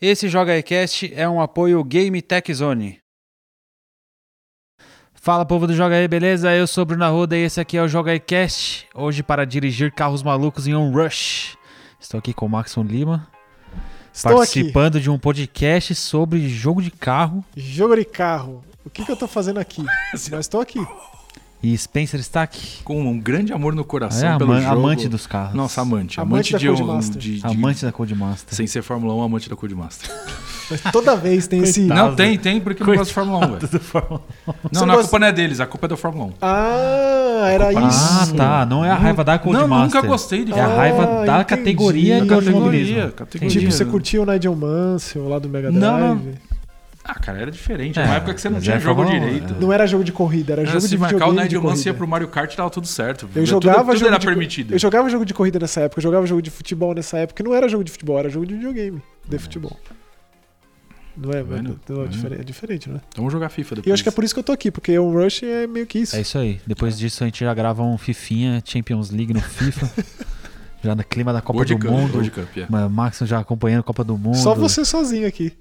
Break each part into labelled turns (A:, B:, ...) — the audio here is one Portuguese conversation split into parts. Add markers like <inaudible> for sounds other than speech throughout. A: Esse Joga Ecast é um apoio Game Tech Zone. Fala povo do Joga E, beleza? Eu sou Bruno Arruda e esse aqui é o Joga Ecast. Hoje para dirigir carros malucos em um rush. Estou aqui com o Maxon Lima,
B: Estou
A: participando de um podcast sobre jogo de carro.
B: aqui. Jogo de carro. O que, que eu tô fazendo
C: <laughs>
B: aqui? Mas estou aqui.
A: E Spencer Stack,
C: com um grande amor no coração
A: é
C: pelo
A: aman-
C: jogo.
A: amante dos carros.
C: Nossa, amante.
B: Amante
C: Amante,
B: da
C: de um...
B: Codemaster.
C: De, de-
A: Amante da Codemaster.
C: <laughs> Sem ser Fórmula 1, amante da Tá. Codemaster.
B: Mas toda vez tem esse.
C: <laughs> Não, tem, tem, porque eu não gosto de Fórmula 1, velho.
B: Você
C: Não, não, a
B: gosta-
C: culpa não é deles, a culpa é da Fórmula 1.
B: Ah, era
C: Opa.
B: isso.
A: Ah, tá. Não é a raiva da
C: Não,
A: Codemaster.
C: nunca gostei de
A: É a
C: Fórmula um.
A: raiva
B: Ah,
A: da
B: entendi.
A: categoria
B: Da
A: de automobilismo.
C: categoria, categoria.
A: Entendi.
B: Tipo, você curtia o Nigel Mansell lá do Mega Drive.
C: Não,
B: Não,
C: não. Ah, cara, era diferente.
A: É,
C: Uma época que você não
A: mas
C: tinha
A: é
C: jogo
A: Fórmula 1,
C: direito.
B: era jogo de corrida, era
C: Era
B: jogo
C: se
B: de
C: marcar o
B: videogame de
C: Nigel Mansell ia
B: corrida.
C: pro Mario Kart, tava tudo certo.
B: Eu
C: Tudo-
B: jogava
C: tudo,
B: jogo
C: era
B: de-
C: permitido.
B: Eu jogava jogo de corrida nessa época, eu jogava jogo de futebol nessa época, que não era jogo de futebol, era jogo de videogame, de futebol. Não é,
C: Tá vendo?
B: mano? Não, é,
C: Tá
B: diferente, é diferente, né?
C: Então vamos jogar FIFA depois.
B: E eu acho que é por isso que eu tô aqui, porque o Rush é meio que isso.
A: É isso aí. Depois disso a gente já grava um Fifinha, Champions League no
B: <laughs>
A: FIFA. já no clima da Copa
C: World
A: do
C: Cup, World
A: Mundo.
C: Cup, é.
A: Ma- Max já acompanhando a Copa do Mundo.
B: Só você sozinho aqui.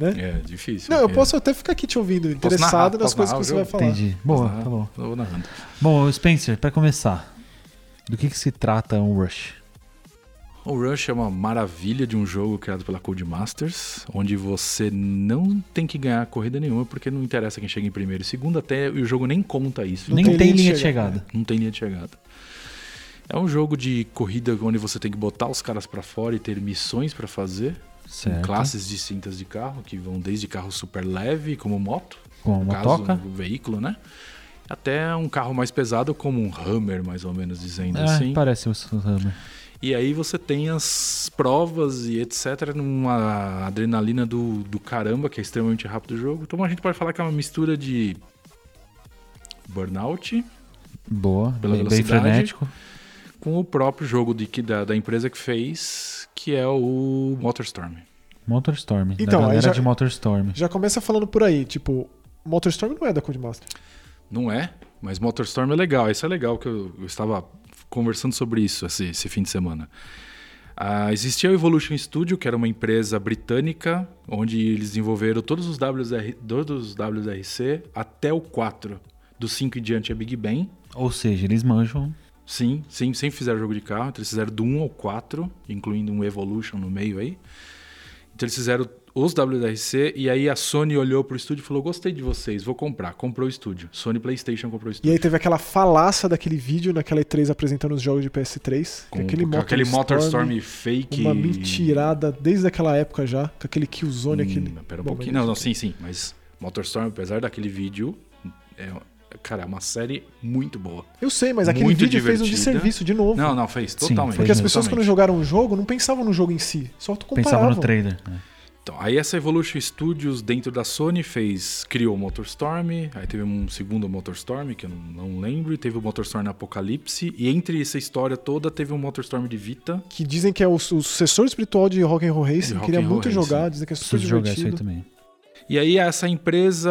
C: É, difícil.
B: Não, eu
C: É.
B: posso até ficar aqui te ouvindo,
C: Posso narrar,
B: interessado nas coisas
C: posso narrar
B: que
C: o
B: você vai
C: jogo?
B: falar.
A: Entendi. Boa, tá bom.
C: Eu vou narrando.
A: Bom, Spencer, pra começar, do que, que se trata um Rush?
C: O Rush é uma maravilha de um jogo criado pela Codemasters, onde você não tem que ganhar corrida nenhuma, porque não interessa quem chega em primeiro e segundo, até e o jogo nem conta isso.
B: Não
A: Nem
B: tem
A: tem,
B: linha de
A: linha de
B: chegada.
A: chegada.
C: Não tem linha de chegada. É um jogo de corrida onde você tem que botar os caras pra fora e ter missões pra fazer,
B: né?
C: com
B: Um
A: Certo.
C: classes distintas de carro, que vão desde carro super leve, como moto,
A: Com
C: no
A: uma
C: caso,
A: toca.
C: um veículo, né? Até um carro mais pesado, como um Hammer, mais ou menos dizendo
A: É,
C: assim.
A: parece o Hammer.
C: E aí você tem as provas e etc. numa adrenalina do, do caramba, que é extremamente rápido o jogo. Então a gente pode falar que é uma mistura de burnout
A: Boa,
C: Pela
A: bem, bem
C: velocidade.
A: frenético.
C: com o próprio jogo de, que- da, da empresa que fez, que é o Motorstorm.
A: Motorstorm.
B: Então,
A: da
B: aí
A: galera
B: já-
A: de Motorstorm.
B: Já começa falando por aí, tipo, MotorStorm não é da Codemaster.
C: Não é, mas Motorstorm é legal. Isso é legal que eu, eu estava conversando sobre isso esse, esse fim de semana. Ah, existia o Evolution Studio, que era uma empresa britânica, onde eles desenvolveram todos os, WR, todos os WRC até o 4. Do 5 em diante é Big Bang.
A: Ou seja, eles manjam.
C: Sim, sim, sempre fizeram jogo de carro. Então eles fizeram do 1 ao 4, incluindo um Evolution no meio aí. Então eles fizeram os WRC e aí a Sony olhou pro estúdio e falou: Gostei de vocês, vou comprar. Comprou o estúdio. Sony PlayStation comprou o estúdio.
B: E aí teve aquela falácia daquele vídeo naquela E3 apresentando os jogos de PS3.
C: Com,
B: que aquele
C: aquele, com aquele
B: MotorStorm,
C: Motorstorm fake.
B: Uma mentirada desde aquela época já, com aquele Killzone, aquele...
C: Hum, pera um
B: Bom,
C: pouquinho.
B: mas-
C: Não, não, sim, sim. Mas Motorstorm, apesar daquele vídeo, é, cara, é uma série muito boa.
B: Eu sei, mas aquele
C: Muito
B: vídeo fez um
C: divertida.
B: desserviço de novo.
C: Não, não, fez
A: Sim,
C: totalmente.
A: fez
B: Porque as pessoas quando
C: totalmente.
B: jogaram o jogo não pensavam no jogo em si, só comparavam.
A: Pensava no trailer. né?
C: Então, aí essa Evolution Studios dentro da Sony fez, criou o Motorstorm, aí teve um segundo Motorstorm, que eu não, não lembro, e teve o Motorstorm Apocalipse, e entre essa história toda teve um Motorstorm de Vita,
B: Que dizem que é o, o sucessor espiritual de Rock'n'Roll Racing,
C: Rock
B: queria
C: and Roll
B: muito
C: Racing.
B: jogar, dizem que é super
A: Preciso jogar isso aí
B: divertido.
A: também.
C: E aí essa empresa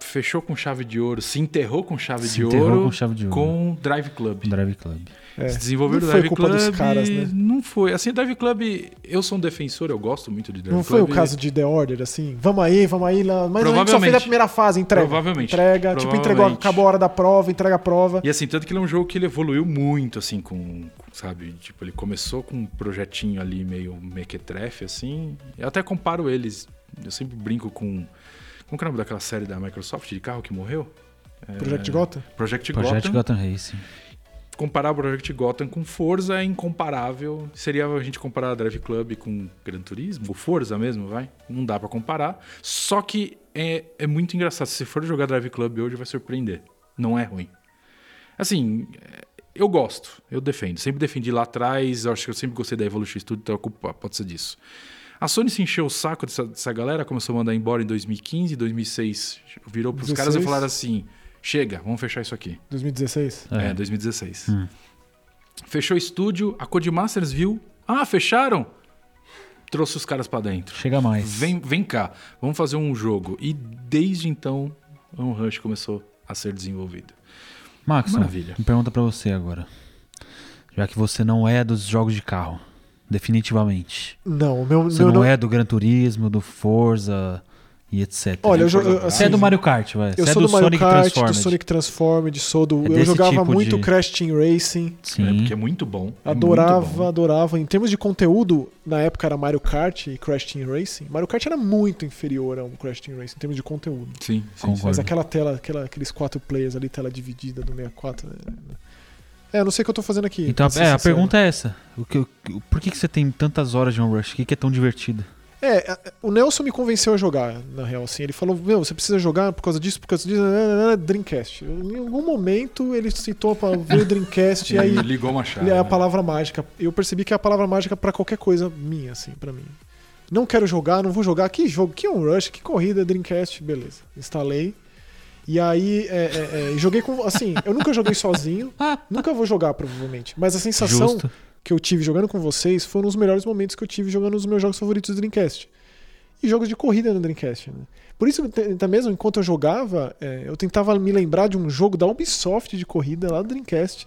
C: fechou com chave de ouro, se enterrou com chave
A: Se
C: de
A: enterrou
C: ouro
A: com chave de ouro.
C: com Drive Club.
A: Drive Club.
B: É.
C: Se desenvolveu
B: Não
C: o
B: foi
C: Drive
B: culpa
C: Club.
B: dos caras, né?
C: Não foi. Assim, o Drive Club, eu sou um defensor, eu gosto muito de Drive
B: Não
C: Club.
B: foi o caso de The Order, assim? Vamos aí, vamos aí. Lá. Mas a gente só
C: Provavelmente.
B: fez a primeira fase, entrega.
C: Provavelmente.
B: Entrega, tipo, entregou,
C: Provavelmente.
B: acabou a hora da prova, entrega a prova.
C: E assim, tanto que ele é um jogo que ele evoluiu muito, assim, com, sabe? Tipo, ele começou com um projetinho ali meio mequetrefe, assim. Eu até comparo eles, eu sempre brinco com... Como que é o nome daquela série da Microsoft de carro que morreu?
B: Project Gotham?
C: Project,
A: Projeto
C: Gotham.
A: Gotham Racing.
C: comparar o Project Gotham com Forza é incomparável. Seria a gente comparar Drive Club com Gran Turismo, ou Forza mesmo, vai? Não dá pra comparar. Só que é, é muito engraçado. Se você for jogar Drive Club hoje, vai surpreender. Não é ruim. Assim, é, eu gosto, eu defendo. Sempre defendi lá atrás, eu acho que eu sempre gostei da Evolution Studio, então a culpa pode ser disso. A Sony se encheu o saco dessa, dessa galera, começou a mandar embora em 2015, 2006, virou pros caras e
B: 16.
C: falaram assim: chega, vamos fechar isso aqui.
B: 2016?
C: É, 2016. Fechou o estúdio, a Codemasters viu. Ah, fecharam? Trouxe os caras pra dentro.
A: Chega mais.
C: Vem, vem cá, vamos fazer um jogo. E desde então, um Rush começou a ser desenvolvido.
A: Max,
C: Maravilha.
A: uma pergunta pra você agora. Já que você não é dos jogos de carro, definitivamente.
B: Não, o meu,
A: Você
B: meu
A: não,
B: não
A: é do Gran Turismo, do Forza e etc.
B: Olha, eu, jo-
C: Forza
B: eu,
A: Você é
B: assim,
A: do Mario Kart, vai.
B: eu
A: Você é
B: sou
A: do,
B: do Mario
A: Sonic
B: Kart, do
A: Transformed.
B: Sonic Transformed, sou do.
A: É
B: eu
A: desse
B: jogava
A: tipo
B: muito
A: de-
B: Crash Team Racing.
A: Sim.
C: É, porque é muito bom. é muito
B: Adorava,
C: bom.
B: adorava. Em termos de conteúdo, na época era Mario Kart e Crash Team Racing. Mario Kart era muito inferior ao Crash Team Racing em termos de conteúdo.
C: Sim, sim.
A: Concordo.
C: sim.
B: Mas aquela tela, aquela- aqueles quatro players ali, tela dividida do 64. né? É, eu não sei o que eu tô fazendo aqui.
A: Então,
B: pra ser
A: é, a
B: sincero.
A: pergunta é essa. O que, o que- por que, que você tem tantas horas de On Rush? O que, que é tão divertido?
B: É, a- o Nelson me convenceu a jogar, na real, assim. Ele falou, meu, você precisa jogar por causa disso, por causa disso, né, nananana, Dreamcast. Em algum momento ele citou, pra
A: <laughs>
B: ver Dreamcast, e aí
C: ligou uma chave.
B: ele é a
C: né?
B: palavra mágica. Eu percebi que é a palavra mágica pra qualquer coisa minha, assim, pra mim. Não quero jogar, não vou jogar. Que jogo, que On Rush, que corrida, Dreamcast, beleza. Instalei. E aí, é, é, é, joguei com. Assim, eu nunca joguei sozinho, nunca vou jogar, provavelmente. Mas a sensação
A: Justo.
B: que eu tive jogando com vocês foram os melhores momentos que eu tive jogando os meus jogos favoritos do Dreamcast. E jogos de corrida no Dreamcast. Né? Por isso, te- até mesmo enquanto eu jogava, é, eu tentava me lembrar de um jogo da Ubisoft de corrida lá do Dreamcast.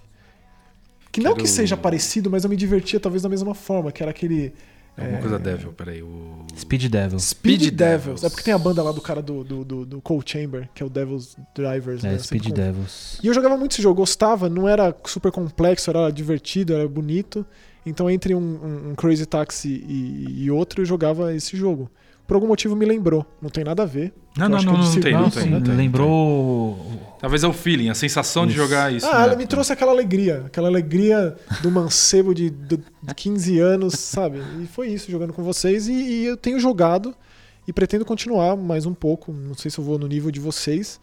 B: Que não
C: Quero-
B: que seja parecido, mas eu me divertia talvez da mesma forma, que era aquele
C: Alguma É
B: É.
C: coisa Devil, peraí. O...
A: Speed Devil.
B: Speed,
C: Speed
B: Devils.
C: Devils.
B: É porque tem a banda lá do cara do, do, do, do Cold Chamber, que é o Devil's Drivers. né?
A: É,
B: Eu sempre
A: Speed
B: confundo.
A: Devils.
B: E eu jogava muito esse jogo, gostava, não era super complexo, era divertido, era bonito. Então, entre um, um- um Crazy Taxi e, e outro, eu jogava esse jogo. Por algum motivo me lembrou. Não tem nada a ver.
C: Não,
B: Eu
C: não,
B: acho
C: não,
B: que
C: não,
B: eu disse-
C: tem, não
A: Nossa,
C: tem, não tem. não
A: lembrou.
C: tem. Talvez é o feeling, a sensação de
A: Isso.
C: jogar isso.
B: ah,
C: né?
B: ela me trouxe aquela alegria. Aquela alegria do mancebo de, do- de 15 anos, sabe? E foi isso, jogando com vocês. E, e eu tenho jogado e pretendo continuar mais um pouco. Não sei se eu vou no nível de vocês.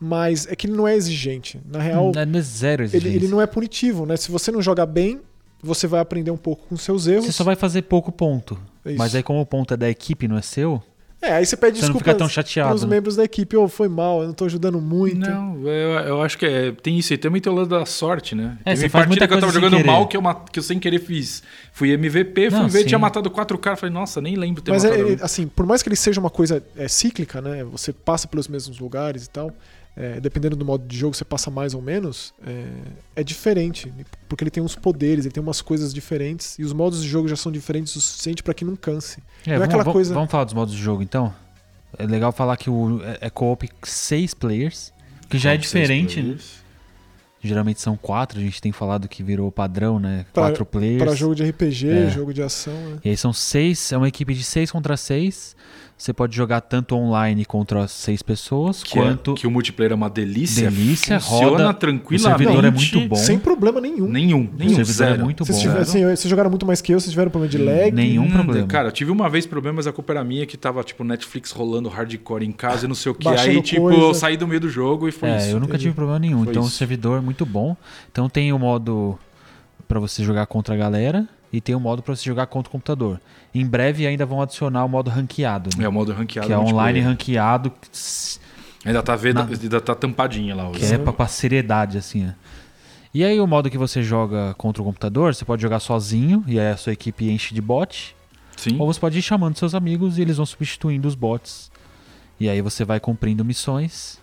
B: Mas é que ele não é exigente. Na real,
A: Não é- não é zero
B: ele,
A: exigência.
B: ele não é punitivo, né? Se você não joga bem, você vai aprender um pouco com seus erros.
A: Você só vai fazer pouco ponto.
B: Isso.
A: Mas aí, como o ponto é da equipe, não é seu,
B: É, aí você pede
A: você não
B: desculpa
A: fica tão
B: desculpas pros
A: chateado. né?
B: membros da equipe. Ô, foi mal, eu não tô ajudando muito.
C: Não, eu, eu acho que é, tem isso. E também tem o lado da sorte, né?
A: É,
C: Teve
A: você faz muita
C: que eu tava
A: coisa sem
C: jogando
A: querer.
C: mal que eu, ma- que eu sem querer fiz. Fui MVP, fui
A: Não,
C: ver,
A: sim.
C: tinha matado quatro caras. Falei, nossa, nem lembro ter
B: Mas,
C: matado. um."
B: é,
C: alguém.
B: ele- assim, por mais que ele seja uma coisa é, cíclica, né? Você passa pelos mesmos lugares e tal. é, dependendo do modo de jogo, você passa mais ou menos. É, é diferente, porque ele tem uns poderes, ele tem umas coisas diferentes. E os modos de jogo já são diferentes o suficiente pra que não canse.
A: É,
B: não é
A: vamos,
B: aquela
A: vamos-
B: coisa-
A: vamos falar dos modos de jogo, então? É legal falar que o, é, é co-op 6 players, que já é
C: Quatro, seis
A: diferente, né?
C: players.
A: Geralmente são quatro, a gente tem falado que virou padrão, né?
B: Pra-
A: Quatro players.
B: Pra jogo de RPG,
A: É.
B: jogo de ação. né?
A: E aí são seis, é uma equipe de seis contra seis. Você pode jogar tanto online contra as seis pessoas,
C: Que, é-
A: quanto.
C: que o multiplayer é uma delícia.
A: Delícia,
C: funciona
A: roda,
C: tranquilamente.
A: o servidor é muito bom.
B: Sem problema nenhum.
C: Nenhum,
A: o
C: nenhum.
A: servidor
C: Zero.
A: é muito bom. Hum,
B: Vocês, tiveram, assim, vocês jogaram muito mais que eu, vocês tiveram problema de lag.
A: Nenhum
C: Nada.
A: problema.
C: Cara, eu tive uma vez problema, mas a culpa era minha que tava, tipo, Netflix rolando hardcore em casa e não sei o que.
B: Baixando
C: Aí, tipo,
B: coisa.
C: eu saí do meio do jogo e foi
A: é,
C: isso.
A: eu nunca
B: entendi.
A: tive problema nenhum.
C: Foi
A: então
C: isso.
A: o servidor é muito bom. Então tem o modo pra você jogar contra a galera e tem o modo pra você jogar contra o computador. Em breve ainda vão adicionar o modo ranqueado, né?
C: É o modo ranqueado.
A: que é online
C: multiplayer.
A: ranqueado, que s-
C: Ainda tá, vendo,
A: Na-
C: ainda tá tampadinha lá.
A: que
C: hoje.
A: é pra, pra seriedade, assim. é. E aí o modo que você joga contra o computador, você pode jogar sozinho e aí a sua equipe enche de bot.
C: Sim.
A: Ou você pode ir chamando seus amigos e eles vão substituindo os bots. E aí você vai cumprindo missões.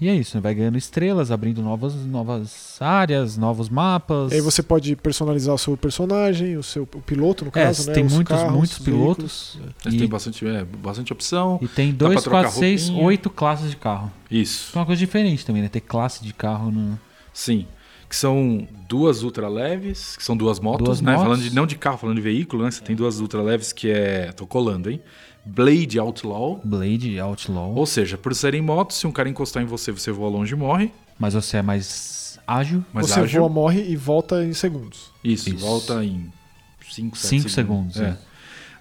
A: E é isso, né? vai ganhando estrelas, abrindo novas, novas áreas, novos mapas.
B: Aí você pode personalizar o seu personagem, o seu o piloto, no
A: é,
B: caso, né?
A: tem
B: os
A: muitos,
B: carros,
A: muitos
B: os
A: pilotos.
C: Mas tem bastante, é, bastante opção.
A: E, e tem
C: Dá pra
A: 2,
C: trocar
A: 4, 6,
C: roupinha.
A: 8 classes de carro.
C: Isso.
A: É uma coisa diferente também, né? Ter classe de carro no.
C: Sim. Que são duas ultra leves, que são duas motos,
A: Duas
C: né?
A: motos.
C: Falando de, não de carro, falando de veículo, né? Você tem duas ultra leves que é. tô colando, hein? Blade Outlaw.
A: Blade, Outlaw.
C: Ou seja, por serem motos, se um cara encostar em você, você voa longe e morre.
A: Mas você é mais ágil.
C: Mas
B: você
C: ágil.
B: voa, morre e volta em segundos.
C: Isso,
A: Isso.
C: volta em 5
A: 5 segundos.
C: É.
A: né?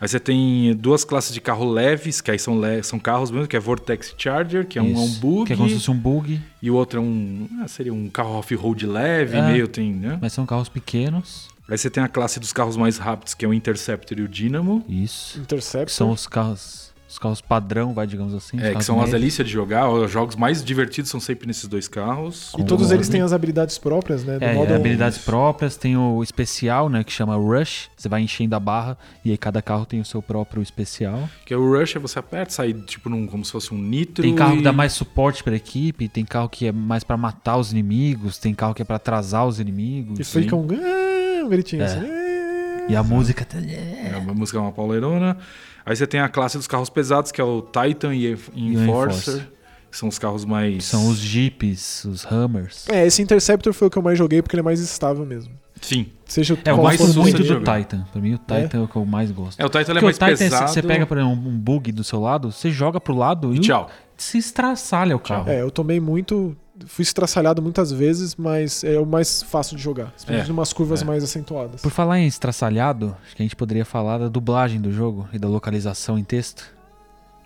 C: Aí você tem duas classes de carro leves, que aí são, le- são carros mesmo, que é Vortex Charger, que é um, é um
A: Isso.
C: bug,
A: Que é como se fosse um bug,
C: e o outro é um. ah, seria um carro off-road leve,
A: É.
C: meio tem, né?
A: mas são carros pequenos.
C: Aí você tem a classe dos carros mais rápidos, que é o Interceptor e o Dynamo.
A: Isso.
B: Interceptor.
A: Que são os carros. Os carros padrão, vai, digamos assim. os
C: É, que
A: carros
C: são as
A: médios.
C: delícias de jogar. Os jogos mais divertidos são sempre nesses dois carros.
B: E todos eles têm as habilidades próprias, né? Do
A: É,
B: modo-
A: habilidades próprias, tem o especial, né, que chama Rush, você vai enchendo a barra e aí cada carro tem o seu próprio especial.
C: Que é o Rush, aí você aperta, sai tipo num, como se fosse um nitro.
A: Tem carro que
C: e-
A: dá mais suporte pra equipe, tem carro que é mais pra matar os inimigos, tem carro que é pra atrasar os
B: E
A: inimigos.
B: ficam ah, bonitinhos.
A: É.
B: assim, ah.
A: E a música.
C: É, a música é uma pauleirona. Aí você tem a classe dos carros pesados, que é o Titan e o Enforcer.
A: Enforcer.
C: Que são os carros mais.
A: São os Jeeps, os Hammers.
B: É, esse Interceptor foi o que eu mais joguei porque ele é mais estável mesmo.
C: Sim.
B: Seja
A: É, eu
B: qual
C: mais
A: gosto
B: for o
C: susto
A: muito
C: de
A: do
C: jogar.
A: Titan. Pra mim, o Titan é, o que eu mais gosto.
C: É, o Titan ele é
A: Porque
C: mais
A: o Titan, você-
C: pesado.
A: você pega, por exemplo, um bug do seu lado, você joga pro lado
C: E
A: e,
C: tchau.
A: se estraçalha o carro.
B: É, eu tomei muito. Fui estraçalhado muias vezes, mas é o mais fácil de jogar. Especialmente em umas curvas
C: é.
B: mais acentuadas.
A: Por falar em estraçalhado, acho que a gente poderia falar da dublagem do jogo e da localização em texto.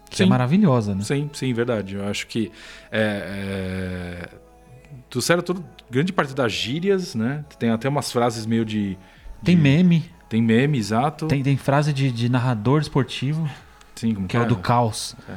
A: Que é
C: Sim.
A: maravilhosa, né?
C: Sim, sim, verdade. Eu acho que. É, é... Trouxeram todo, grande parte das gírias, né? Tem até umas frases meio de.
A: Tem
C: de-
A: meme,
C: Tem meme, exato.
A: tem, tem frase de, de narrador esportivo,
C: Sim, como
A: que é o do caos.
C: é.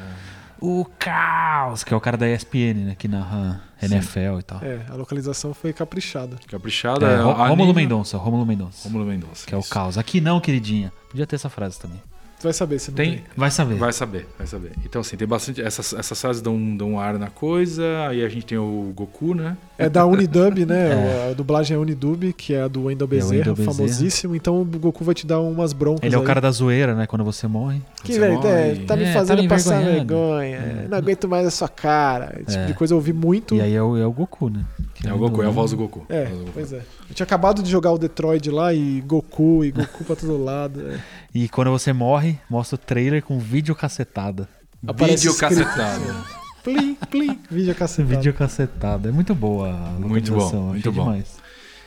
A: O caos, que é o cara da ESPN, né? Que narra NFL e tal.
B: É, a localização foi caprichada.
C: Caprichada.
A: É, Rô-
C: a
A: Rômulo
C: Nina-
A: Mendonça, Rômulo Mendonça.
C: Rômulo Mendonça.
A: Que é o
C: isso.
A: caos. Aqui não, queridinha. Podia ter essa frase também.
B: Tu vai saber se não tem.
C: Tem,
A: Vai saber.
C: Vai saber, vai saber. Então, assim, tem bastante. Essas, essas frases dão, um- dão um ar na coisa. Aí a gente tem o Goku, né?
B: É da Unidub, né?
A: <laughs> É.
B: A dublagem é Unidub, que é a do
A: É o
B: Wendel
A: Wendell
B: Bezerra,
A: Bezerra.
B: famosíssimo. Então o Goku vai te dar umas broncas.
A: Ele é o
B: aí.
A: cara da zoeira, né? Quando você morre.
B: Que
C: Você
B: velho, é,
C: morre.
B: tá me
A: É, tá
B: fazendo
A: me
B: passar
A: envergonhando.
B: vergonha. Não aguento mais a sua cara. Esse tipo
A: É.
B: de coisa eu ouvi muito.
A: E aí é o, é o Goku, né? Que
C: É o
A: muito
C: Goku, é a
A: bom.
C: voz do Goku.
B: É,
C: A voz do Goku.
B: pois é. Eu tinha acabado de jogar o Detroit lá e Goku, e Goku pra todo lado. é.
A: E quando você morre, mostra o trailer com vídeo cacetada.
B: Aparece
C: Vídeo
B: escrito.
C: cacetado.
B: Plim, plim. Vídeo cacetado.
A: Vídeo cacetada. É muito boa a
C: Muito bom,
A: localização,
C: muito
A: achei
C: bom.
A: demais.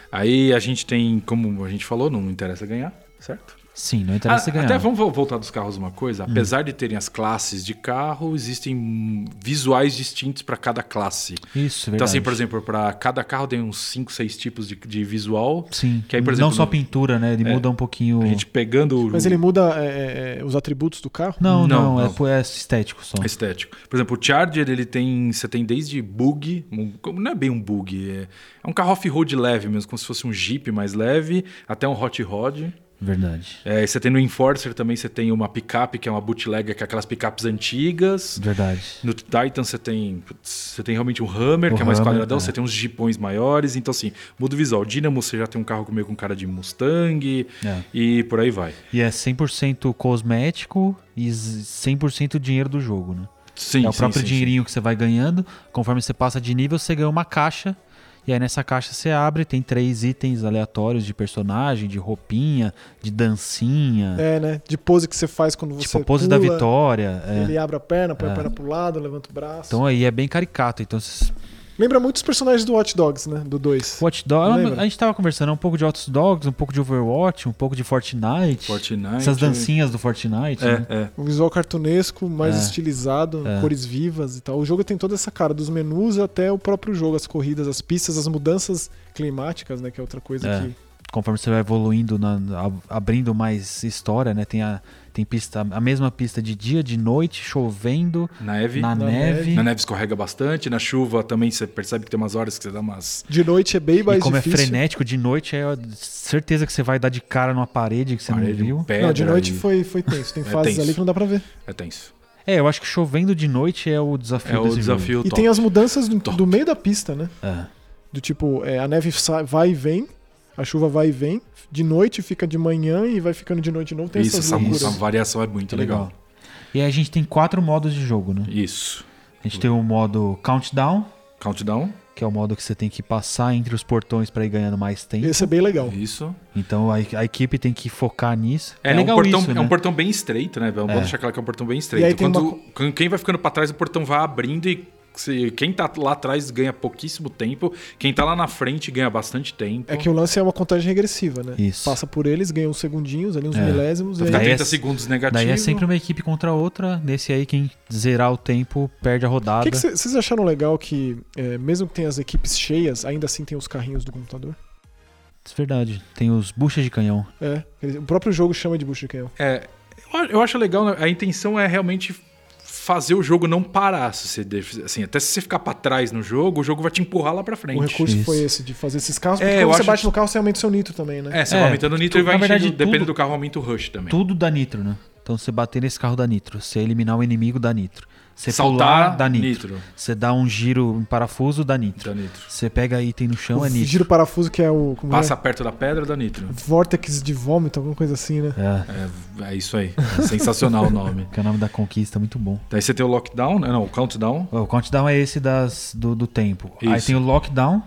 C: Aí a gente tem, como a gente falou, não interessa ganhar, certo?
A: Sim, não interessa
C: Ah,
A: ganhar. Hum.
C: Até vamos vo- voltar dos carros uma coisa. Apesar de terem as classes de carro, existem hum, visuais distintos para cada classe.
A: Isso, verdade.
C: Então, assim, por exemplo, para cada carro tem uns 5, 6 tipos de, de visual.
A: Sim.
C: que aí, por exemplo,
A: não só
C: no-
A: pintura, né? Ele
C: É,
A: muda um pouquinho.
C: A gente pegando o
B: Mas ele muda é, é, é, os atributos do carro?
A: Não,
C: Não,
A: não, é
C: não.
A: po- É, estético só.
C: estético. Por exemplo, o Charger, ele tem. Você tem desde bug. um- não é bem um bug. É, é um carro off-road leve mesmo, como se fosse um Jeep mais leve, até um hot rod.
A: Verdade.
C: É, e você tem no Enforcer também, você tem uma picape, que é uma bootlegger, que é aquelas picapes antigas.
A: Verdade.
C: No Titan você tem, putz, você tem realmente um Hammer,
A: O
C: que é mais
A: Hummer,
C: quadradão,
A: é.
C: você tem uns jipões maiores, então assim, muda o visual. O Dynamo você já tem um carro meio com cara de Mustang
A: É.
C: e por aí vai.
A: E é 100% cosmético e z- 100% dinheiro do jogo, né?
C: Sim,
A: é o
C: sim,
A: próprio
C: sim,
A: dinheirinho que você vai ganhando. Conforme você passa de nível, você ganha uma caixa. E aí nessa caixa você abre, tem três itens aleatórios de personagem, de roupinha, de dancinha,
B: É, né? De pose que você faz quando você.
A: tipo a pose
B: pula,
A: da vitória. é.
B: Ele abre a perna, põe a
A: É.
B: perna pro lado, levanta o braço.
A: Então aí é bem caricato. Então, esses-
B: Lembra muito os personagens do Watch Dogs, né? Do 2.
A: Watch Dogs,
B: Lembra?
A: a gente tava conversando um pouco de Hot Dogs, um pouco de Overwatch, um pouco de Fortnite.
C: sim. Fortnite.
A: Essas dancinhas do Fortnite, né?
C: É, é.
B: Um visual cartunesco, mais
A: É.
B: estilizado,
A: É.
B: cores vivas e tal. O jogo tem toda essa cara, dos menus até o próprio jogo, as corridas, as pistas, as mudanças climáticas, né? Que é outra coisa
A: É.
B: que.
A: conforme você vai evoluindo, na- na- ab- abrindo mais história, né? Tem a, tem pista, a mesma pista de dia, de noite, chovendo,
C: é. Na Eve.
A: na, neve.
B: neve.
C: Na neve escorrega bastante, na chuva também você percebe que tem umas horas que você dá umas.
B: De noite é bem mais
A: E como
B: difícil.
A: é frenético, de noite é certeza que você vai dar de cara numa parede que você
C: parede, um
A: não viu.
C: pedra
B: Não, de noite
C: e-
B: foi, foi
A: <laughs>
B: tenso. Tem
C: É
B: fases
C: tenso.
B: ali que não dá pra ver.
C: É tenso.
A: É, eu acho que chovendo de noite é o desafio
C: É o
A: desse
C: desafio
B: E
C: top.
B: tem as mudanças do,
C: Top.
B: do meio da pista, né?
A: jogo. É.
B: Do tipo, é, a neve sai- vai e vem, a chuva vai e vem, de noite fica de manhã e vai ficando de noite de novo. Tem
C: Isso,
B: essas
C: essa,
B: loucuras.
C: essa variação é muito legal.
A: E aí a gente tem quatro modos de jogo, né?
C: Isso.
A: A gente tem o modo countdown,
C: Countdown.
A: que é o modo que você tem que passar entre os portões pra ir ganhando mais tempo.
B: Esse é bem legal.
C: Isso.
A: Então a, a equipe tem que focar nisso.
C: É, é
A: legal
C: um portão,
A: isso,
C: é
A: né?
C: um portão bem estreito, né? Vamos
A: É.
C: deixar claro que é um portão bem
B: E
C: estreito.
B: aí tem
C: Quando,
B: uma
C: quando quem vai ficando pra trás, o portão vai abrindo e se- quem tá lá atrás ganha pouquíssimo tempo. Quem tá lá na frente ganha bastante tempo.
B: É que o lance é uma contagem regressiva, né?
A: Isso.
B: Passa por eles, ganha uns segundinhos, ali uns
A: É.
B: milésimos. E
C: Fica
A: Daí
B: aí,
A: é
C: 30
A: s-
C: segundos negativo.
A: Daí é sempre uma equipe contra a outra. Nesse aí, quem zerar o tempo perde a
B: o
A: rodada.
B: que que cê- vocês acharam legal que, é, mesmo que tenha as equipes cheias, ainda assim tem os carrinhos do computador?
A: Isso é verdade. Tem os buchas de canhão.
B: É. eles- O próprio jogo chama de bucha de canhão.
C: É, eu a- eu acho legal, né? a intenção é realmente fazer o jogo não parar. Se você def- assim, até se você ficar pra trás no jogo, o jogo vai te empurrar lá pra frente.
B: O recurso
A: Isso.
B: foi esse, de fazer esses carros,
C: É,
B: porque
C: eu
B: quando você
C: acho
B: bate
C: que-
B: no carro, você aumenta o seu nitro também, né?
C: É, você
A: É,
C: vai aumentando o nitro e
A: tu-
C: vai
A: na verdade,
C: enchendo, dependendo
A: tudo-
C: do carro, aumenta o rush também.
A: Tudo dá nitro, né? Então você bater nesse carro dá nitro. Você eliminar o inimigo dá nitro. Você
C: Saltar,
A: pular, dá nitro.
C: nitro.
A: Você dá um giro em parafuso, dá nitro.
C: Dá nitro.
A: Você pega item no chão,
B: o
A: é nitro.
B: giro parafuso que é o. Como
C: Passa perto da pedra, dá nitro.
B: É? Vortex de vômito, alguma coisa assim, né?
A: É,
C: É, é isso aí. Sensacional
A: <laughs>
C: o nome.
A: que é o nome da conquista, muito bom.
C: Daí você tem o lockdown, né? Não, o countdown,
A: Ó, O countdown é esse das, do, do tempo. Aí
C: Isso.
A: tem o lockdown,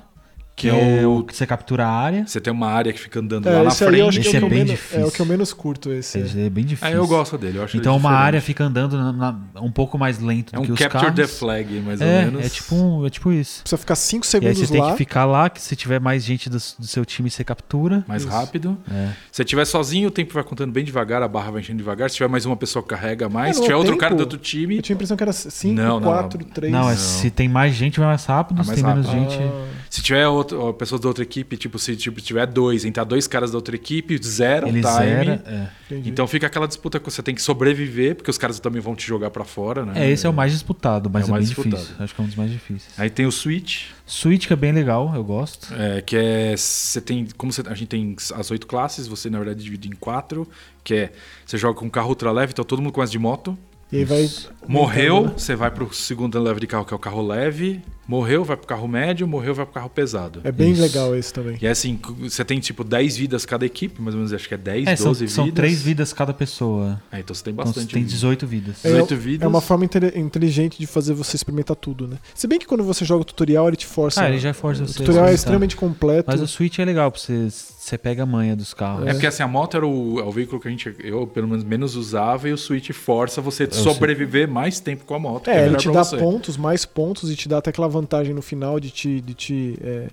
C: que, é, o.
A: que você captura a área.
C: Você tem uma área que fica andando
B: É,
C: lá na
B: esse aí eu
C: frente.
B: acho que é,
A: Esse
B: o que
A: é
B: eu
A: bem
B: menos, é o que
A: difícil.
B: eu menos curto esse.
A: É, é bem difícil.
C: Aí eu gosto dele, eu acho ele
A: Então uma
C: diferente.
A: área fica andando na- na- um pouco mais lento
C: É
A: do que
C: um
A: os
C: capture the
A: carros.
C: flag, mais ou
A: é,
C: menos.
A: é tipo um- é tipo isso.
B: Precisa ficar
A: E
B: 5
A: aí
B: segundos
A: você tem
B: lá.
A: que ficar lá, que se tiver mais gente do, do seu time, você captura.
C: Mais
B: Isso.
C: rápido.
A: É.
C: Se tiver sozinho, o tempo vai contando bem devagar, a barra vai enchendo devagar. Se tiver mais uma pessoa, carrega
B: É, não,
C: mais. Se tiver
B: o
C: outro
B: tempo-
C: cara do outro
B: Eu
A: é
C: time.
A: tipo
B: tinha a impressão que era 5,
C: Não, não, não.
B: 4, 3.
A: Não, é, se tem mais gente, vai mais rápido.
C: Ah,
A: se
C: mais
A: tem menos
C: rápido.
A: gente.
B: Ah,
C: Se tiver outro, ó, pessoas da outra equipe, tipo, se tipo, tiver dois, entrar dois caras da outra equipe, zero
A: Ele
C: time.
A: zera. É.
B: Então,
C: Então fica aquela disputa que você tem que sobreviver, porque os caras também vão te jogar pra fora, né?
A: É, esse é o mais disputado, mas
C: É
A: é,
C: o mais
A: bem
C: disputado.
A: difícil. Acho que é um dos mais difíceis.
C: Aí tem o Switch,
A: Switch que é bem legal, eu gosto.
C: é, que é. Você tem. Como você- a gente tem as oito classes, você na verdade divide em quatro, que é. Você joga com carro ultra leve, então todo mundo começa de moto.
B: e aí vai.
C: Morreu,
B: aumentando, né?
C: você vai pro segundo level de carro, que é o carro leve. Morreu, vai pro carro médio. Morreu, vai pro carro pesado.
B: É bem
A: Isso.
B: legal esse também.
C: E é assim, c- você tem tipo 10 vidas cada equipe, mais ou menos, acho que é 10,
A: É,
C: 12
A: são,
C: vidas.
A: são três vidas cada pessoa.
C: É, então você tem
A: Então você
C: bastante.
A: tem
C: vida.
A: 18 vidas.
B: É,
C: 18 vidas.
B: É uma forma inte- inteligente de fazer você experimentar tudo, né? Se bem que quando você joga o tutorial, ele te força.
A: Ah, ele
B: né?
A: já força
B: O
A: você. a
B: tutorial
A: experimentar.
B: é extremamente completo.
A: Mas o Switch é legal, pra você, você pega a manha dos carros.
B: né?
C: É porque assim, a moto era o, é o veículo que a gente, eu pelo menos, menos usava e o Switch força você sobreviver mais tempo com a moto. que
B: É, ele
C: melhor
B: te
C: pra
B: dá
C: você.
B: pontos, mais pontos, e te dá até aquela vantagem no final de te, de te é,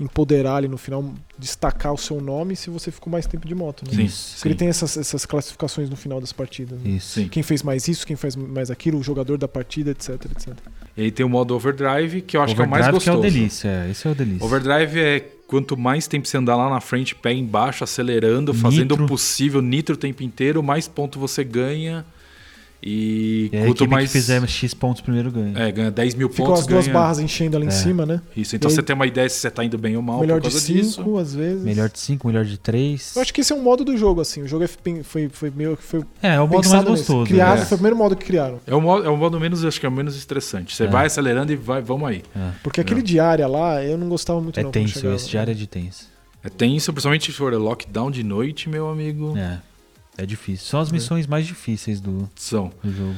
B: empoderar ali no final, destacar o seu nome se você ficou mais tempo de moto, né?
C: Sim,
A: Isso.
B: Porque
C: sim.
B: ele tem essas, essas classificações no final das partidas. né?
A: Isso.
C: é- Sim.
B: Quem fez mais isso, quem fez mais aquilo, o jogador da partida, etc, etc.
C: E aí tem o modo overdrive, que eu acho que é o mais
A: Overdrive
C: gostoso.
A: que é o delícia, é, esse é o delícia.
C: Overdrive é quanto mais tempo você andar lá na frente, pé embaixo, acelerando, fazendo
A: Nitro.
C: o possível, nitro o tempo inteiro, mais ponto você ganha. E,
A: E aí, a
C: quanto
A: equipe
C: mais.
A: que fizer X pontos primeiro ganha.
C: É, ganha 10 mil
B: Ficam
C: pontos.
B: as duas
C: ganha-
B: barras enchendo ali em
A: É.
B: cima, né?
C: Isso, então
B: E aí-
C: você tem uma ideia se você tá indo bem ou mal
B: melhor
C: por
B: de
C: causa disso.
B: cinco, às vezes.
A: Melhor de 5, melhor de 3.
B: Eu acho que esse é um modo do jogo, assim. O jogo é fin- foi, foi meio que foi
A: É, é o modo mais
B: pensado nisso.
A: gostoso.
B: Criado,
A: né?
B: Foi o primeiro modo que criaram.
C: É o, modo, é o modo menos, acho que é o menos estressante. Você
A: É.
C: vai acelerando e vai, vamos aí.
B: Porque aquele de área lá, eu não gostava muito
A: É,
B: não. quando
A: tenso,
B: chegava.
A: esse de área de tenso.
C: É tenso, principalmente se for lockdown de noite, meu amigo.
A: É. É difícil. São as missões mais difíceis do,
C: São.
A: do jogo.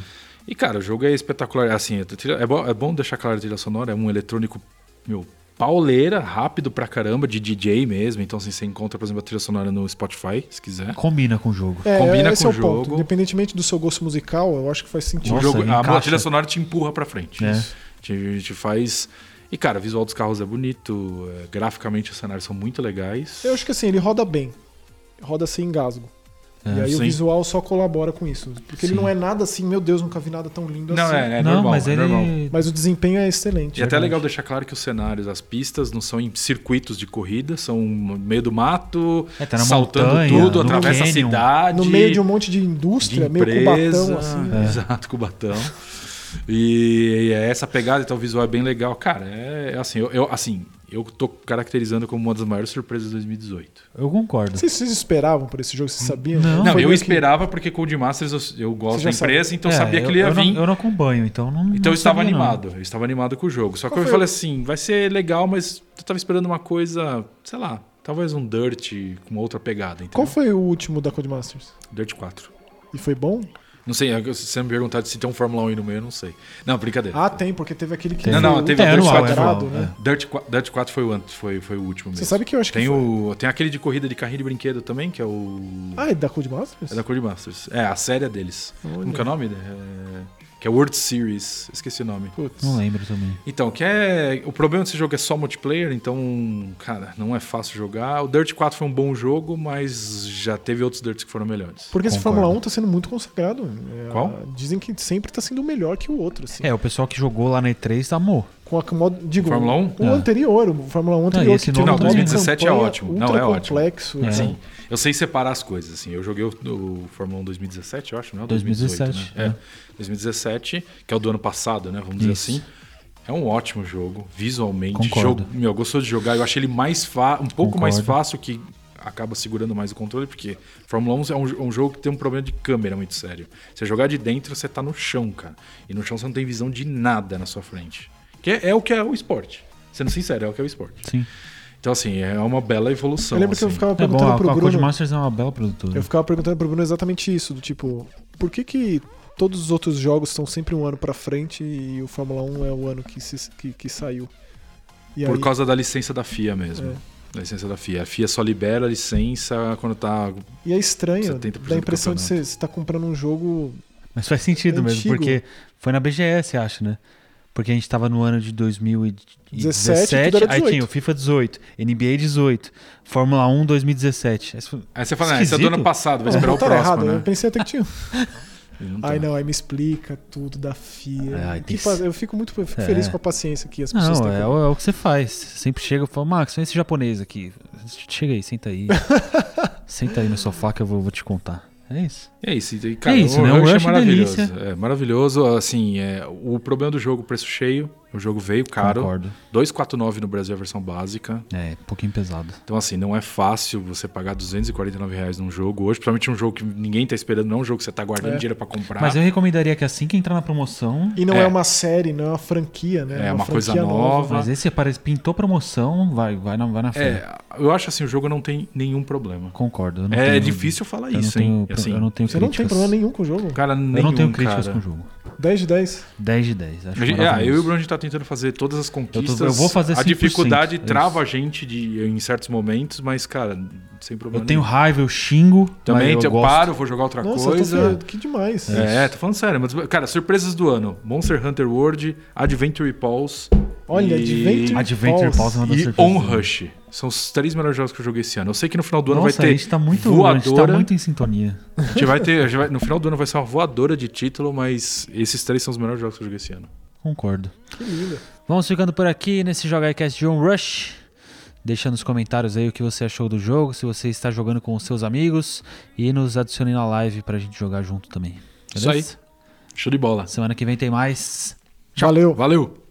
C: E, cara, o jogo é espetacular. Assim, a trilha- é bom, é bom deixar claro a trilha sonora. É um eletrônico, meu, pauleira, rápido pra caramba, de DJ mesmo. Então, assim, você encontra, por exemplo, a trilha sonora no Spotify, se quiser.
A: Combina com o jogo.
B: É,
C: Combina
B: esse
C: com
B: é
C: o
B: o ponto.
C: jogo.
B: Independentemente do seu gosto musical, eu acho que faz sentido.
C: o
A: Nossa,
C: jogo, a
A: encaixa.
C: trilha sonora te empurra pra frente.
A: É.
C: Te, te faz... E, cara, o visual dos carros é bonito. é, Graficamente, os cenários são muito legais.
B: Eu acho que assim, ele roda bem. Roda sem engasgo.
A: É,
B: e aí o
C: sim.
B: visual só colabora com isso. Porque ele
A: Sim.
B: não é nada assim, meu Deus, nunca vi nada tão lindo
C: Não,
B: assim.
C: é, é
A: Não,
C: normal.
A: mas
C: é
A: ele.
C: normal.
B: Mas o desempenho é excelente.
C: E até é
A: Verdade.
C: legal deixar claro que os cenários, as pistas, não são em circuitos de corrida, são no meio do mato,
A: É, tá na
C: saltando
A: montanha,
C: tudo,
A: no
C: atravessa a
A: canyon.
C: cidade.
B: No meio de um monte de
C: de
B: indústria, meio
C: empresa. É.
B: cubatão, assim. né?
C: Exato, Cubatão. E, e é essa pegada, então o visual é bem legal. Cara, é é assim, eu, eu- assim, eu tô caracterizando como uma das maiores surpresas de 2018.
A: Eu concordo.
B: Vocês, vocês esperavam por esse jogo? Vocês sabiam? né?
A: Não.
C: Não,
B: Foi meio
C: eu
B: que-
C: esperava porque Cold Masters eu- eu, gosto
B: Você
C: da
B: já
C: empresa, então eu
A: É,
C: sabia
A: eu,
C: que ele ia
A: eu
C: vir.
A: Não, eu não acompanho, então não.
C: Então
A: não
C: eu estava
A: sabia, não.
C: animado, eu estava animado com o jogo. Só que
B: Qual
C: eu
B: foi
C: falei
B: o-
C: assim, vai ser legal, mas eu tava esperando uma coisa, sei lá, talvez um Dirt com outra pegada, entendeu?
B: Qual foi o último da Codemasters?
C: Dirt 4.
B: E foi bom?
C: Não sei, é que se você me perguntar se tem um Fórmula 1 aí no meio, eu não sei. Não, brincadeira.
B: Ah, tem, porque teve aquele que
A: Tem.
C: Não, não,
B: foi
C: teve
B: ultra
C: a Dirt
A: anual, é
B: quadrado,
A: anual,
B: né?
C: Dirt, 4, Dirt 4 foi o, ant- foi, foi o último
B: Você
C: mesmo.
B: sabe que eu acho
C: tem,
B: que foi.
C: o, tem aquele de corrida de carrinho de brinquedo também, que é o.
B: Ah, é da Codemasters?
C: É da Codemasters. É, a série é deles. Como que é o
B: Olha.
C: nome? É, que é World Series. Esqueci o nome.
B: Putz.
A: Não lembro também.
C: Então, que é. O problema desse jogo é só multiplayer, então, cara, não é fácil jogar. O Dirt 4 foi um bom jogo, mas já teve outros Dirts que foram melhores.
B: Porque esse
A: Concordo.
B: Fórmula 1 tá sendo muito consagrado. É,
C: Qual?
B: Dizem que sempre tá sendo melhor que o outro, assim.
A: É, o pessoal que jogou lá na tá E3 amou.
B: Com a, com a- digo,
C: Fórmula Ah. 1?
B: O
A: É.
B: anterior, o Fórmula 1 anterior.
A: e esse
B: que
A: novo
B: teve
A: Não,
B: uma
C: 2017 é
B: campanha
C: ótimo.
B: ultra
C: Não, é ótimo.
B: complexo,
A: É.
B: assim.
C: Sim. Eu sei separar as coisas, assim. Eu joguei o, o Fórmula 1 2017, eu acho, não é?
A: 2017,
C: né? É, 2017, que é o do ano passado, né? Vamos dizer
A: Isso.
C: assim. É um ótimo jogo, visualmente.
A: Concordo.
C: Jogo, meu, gostou de jogar. Eu achei ele mais fa um pouco mais
A: Concordo.
C: fácil que acaba segurando mais o controle, porque Fórmula 1 é um, é um jogo que tem um problema de câmera muito sério. Você jogar de dentro, você tá no chão, cara. E no chão você não tem visão de nada na sua frente. Que é, é o que é o esporte. Sendo sincero, é o que é o esporte.
A: Sim.
C: Então, assim, é uma bela evolução.
B: Eu lembro que eu
C: assim.
B: ficava
A: É bom,
B: perguntando
A: a,
B: pro
A: a
B: Bruno.
A: Codemasters é uma bela produtora.
B: Eu ficava perguntando pro Bruno exatamente isso, do tipo, por que que todos os outros jogos estão sempre um ano pra frente e o Fórmula 1 é o ano que, se- que, que saiu? E
C: Por
B: aí, É.
C: causa da licença da FIA mesmo. Da licença da FIA. A FIA só libera a licença quando tá.
B: e é estranho,
C: 70%
B: dá a impressão
C: do
B: de você você tá comprando um jogo...
A: Mas faz sentido
C: é
A: mesmo,
B: Antigo.
A: porque foi na BGS, acho, né? Porque a gente tava no ano de
B: 17,
A: 2017,
B: tudo era
A: aí tinha
B: 18.
A: o FIFA 18, NBA 18, Fórmula 1 2017. Aí você falou,
C: Aí você fala, ah, esse é do
A: Esquisito.
C: ano passado, vou esperar o
B: botaram
C: próximo,
B: tá errado,
C: né?
B: Eu pensei até que
C: <laughs>
B: tinha... um.
C: E não tá.
B: Ai não, aí me explica tudo da FIA.
A: É, aí
B: Que
A: tem que
B: pa-
A: ser-
B: Eu fico muito eu fico
A: É.
B: feliz com a paciência que as pessoas
A: Não,
B: têm.
A: é,
B: comigo.
A: o- é o que você faz. Sempre chega e fala, Max, vem esse japonês aqui. Chega aí, senta
B: <laughs>
A: aí. senta aí no sofá que eu vou, vou te contar. É isso.
C: É isso, e, cara,
A: É isso,
C: o
A: né? O
C: Rush é
A: Rush é
C: maravilhoso.
A: delícia.
C: É maravilhoso, assim, é, o problema do jogo, preço cheio, o jogo veio caro,
A: Concordo.
C: 249 no Brasil é a versão básica,
A: É, um pouquinho pesado.
C: então assim, não é fácil você pagar 249 reais num jogo hoje, principalmente um jogo que ninguém tá esperando, não é um jogo que você tá guardando
B: É.
C: dinheiro pra comprar.
A: Mas eu recomendaria que assim que entrar na promoção.
B: E não é.
C: é.
B: uma série, não é uma franquia, né?
C: É uma coisa
B: franquia
C: nova.
A: Mas esse aparece, pintou promoção, vai, vai, na, vai na fé.
C: É, eu acho assim, o jogo não tem nenhum problema.
A: Concordo. eu não
C: É
A: tenho-
C: difícil falar
A: eu não
C: isso,
A: tenho,
C: hein? Assim,
A: eu não tenho
B: Você não tem
A: críticas.
B: problema nenhum com o jogo.
C: um Cara, nenhum,
A: Eu não tenho críticas
C: cara.
A: com o jogo.
B: 10 de 10.
A: 10 de 10. Acho
C: A gente- é,
A: maravilhoso.
C: eu e o Bruno a gente tá tentando fazer todas as conquistas.
A: eu vou fazer
C: A
A: 100%,
C: dificuldade
A: é isso.
C: trava a gente de, em certos momentos, mas, cara, sem problema.
A: Eu tenho
C: nenhum.
A: raiva, eu xingo.
C: né? Também,
A: mas
C: eu,
A: eu gosto.
C: paro, vou jogar outra
B: Nossa, eu tô
C: coisa.
B: falando, que demais.
C: É, tô falando sério, mas, cara, surpresas do ano: Monster Hunter World, Adventure Pulse.
B: Olha,
C: e...
B: Adventure
A: Adventure
B: Pulse.
A: Pause é uma das
C: E
A: surpresas.
C: On Rush. São os três melhores jogos que eu joguei esse ano. Eu sei que no final do ano
A: Nossa,
C: vai
A: a
C: ter.
A: gente tá muito, a gente tá
C: voadora.
A: muito em sintonia.
C: A gente vai ter. a gente vai- no final do ano vai ser uma voadora de título, mas esses três são os melhores jogos que eu joguei esse ano.
A: Concordo.
B: Que lindo.
A: Vamos ficando por aqui nesse Jogaicast de On Rush. Deixa nos comentários aí o que você achou do jogo, se você está jogando com os seus amigos e nos adicione na live pra gente jogar junto também.
C: Isso
A: Beleza?
C: aí. Show de bola.
A: Semana que vem tem mais.
B: Valeu.
C: Valeu!